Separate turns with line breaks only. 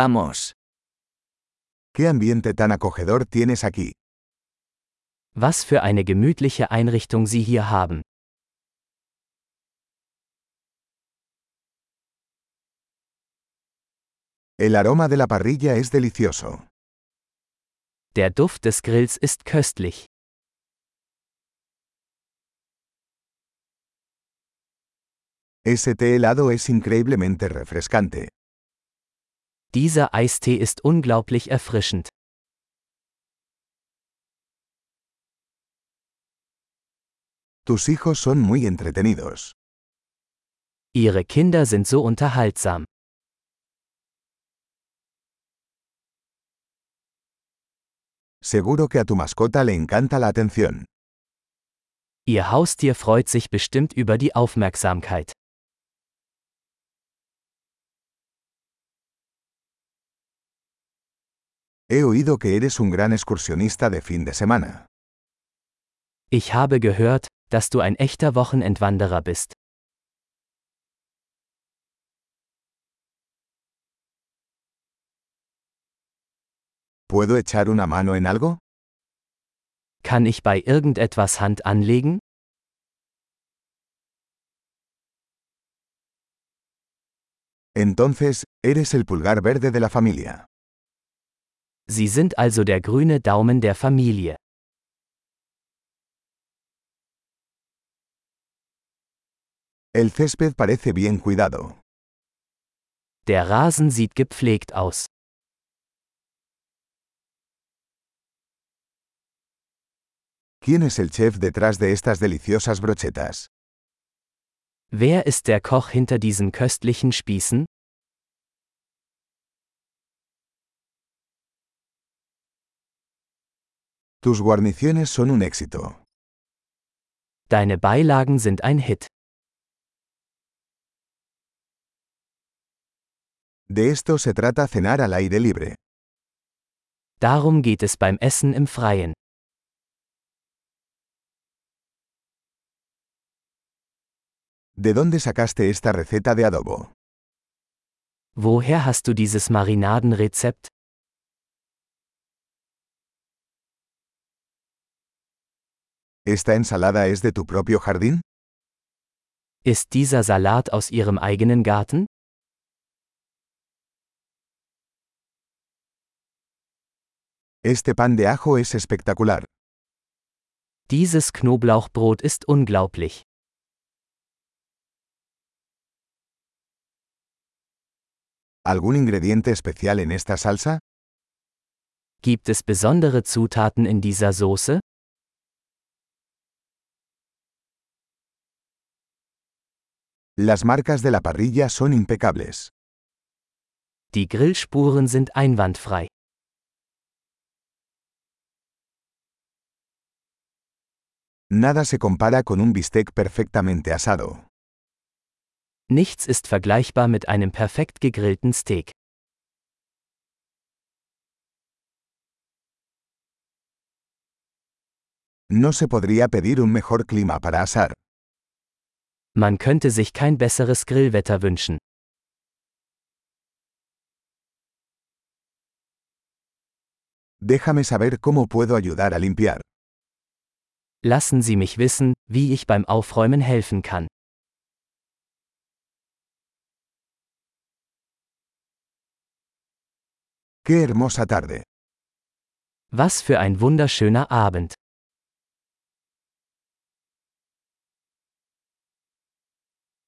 Vamos.
¿Qué ambiente tan acogedor tienes aquí?
Was für eine gemütliche Einrichtung Sie hier haben.
El aroma de la parrilla es delicioso.
Der Duft des Grills ist köstlich.
Ese té helado es increíblemente refrescante.
Dieser Eistee ist unglaublich erfrischend.
Tus hijos son muy entretenidos.
Ihre Kinder sind so unterhaltsam.
Seguro que a tu mascota le encanta la atención.
Ihr Haustier freut sich bestimmt über die Aufmerksamkeit.
He oído que eres un gran excursionista de fin de semana.
Ich habe gehört, dass du ein echter Wochenendwanderer bist.
¿Puedo echar una mano en algo?
Kann ich bei irgendetwas Hand anlegen?
Entonces, eres el pulgar verde de la familia.
Sie sind also der grüne Daumen der Familie.
El césped parece bien cuidado.
Der Rasen sieht gepflegt aus.
¿Quién es el chef detrás de estas deliciosas brochetas?
Wer ist der Koch hinter diesen köstlichen Spießen?
Tus guarniciones son un éxito.
Deine Beilagen sind ein Hit.
De esto se trata cenar al aire libre.
Darum geht es beim Essen im Freien.
¿De dónde sacaste esta receta de adobo?
Woher hast du dieses Marinadenrezept?
¿Esta ensalada es de tu propio jardín?
Ist dieser Salat aus Ihrem eigenen Garten?
Este pan de ajo es espectacular.
Dieses Knoblauchbrot ist unglaublich.
¿Algún ingrediente especial en esta salsa?
Gibt es besondere Zutaten in dieser Soße?
Las marcas de la parrilla son impecables.
Die Grillspuren sind einwandfrei.
Nada se compara con un bistec perfectamente asado.
Nichts ist vergleichbar mit einem perfekt gegrillten Steak.
No se podría pedir un mejor clima para asar.
Man könnte sich kein besseres Grillwetter wünschen.
Déjame saber cómo puedo ayudar a limpiar.
Lassen Sie mich wissen, wie ich beim Aufräumen helfen kann.
¡Qué hermosa tarde!
Was für ein wunderschöner Abend.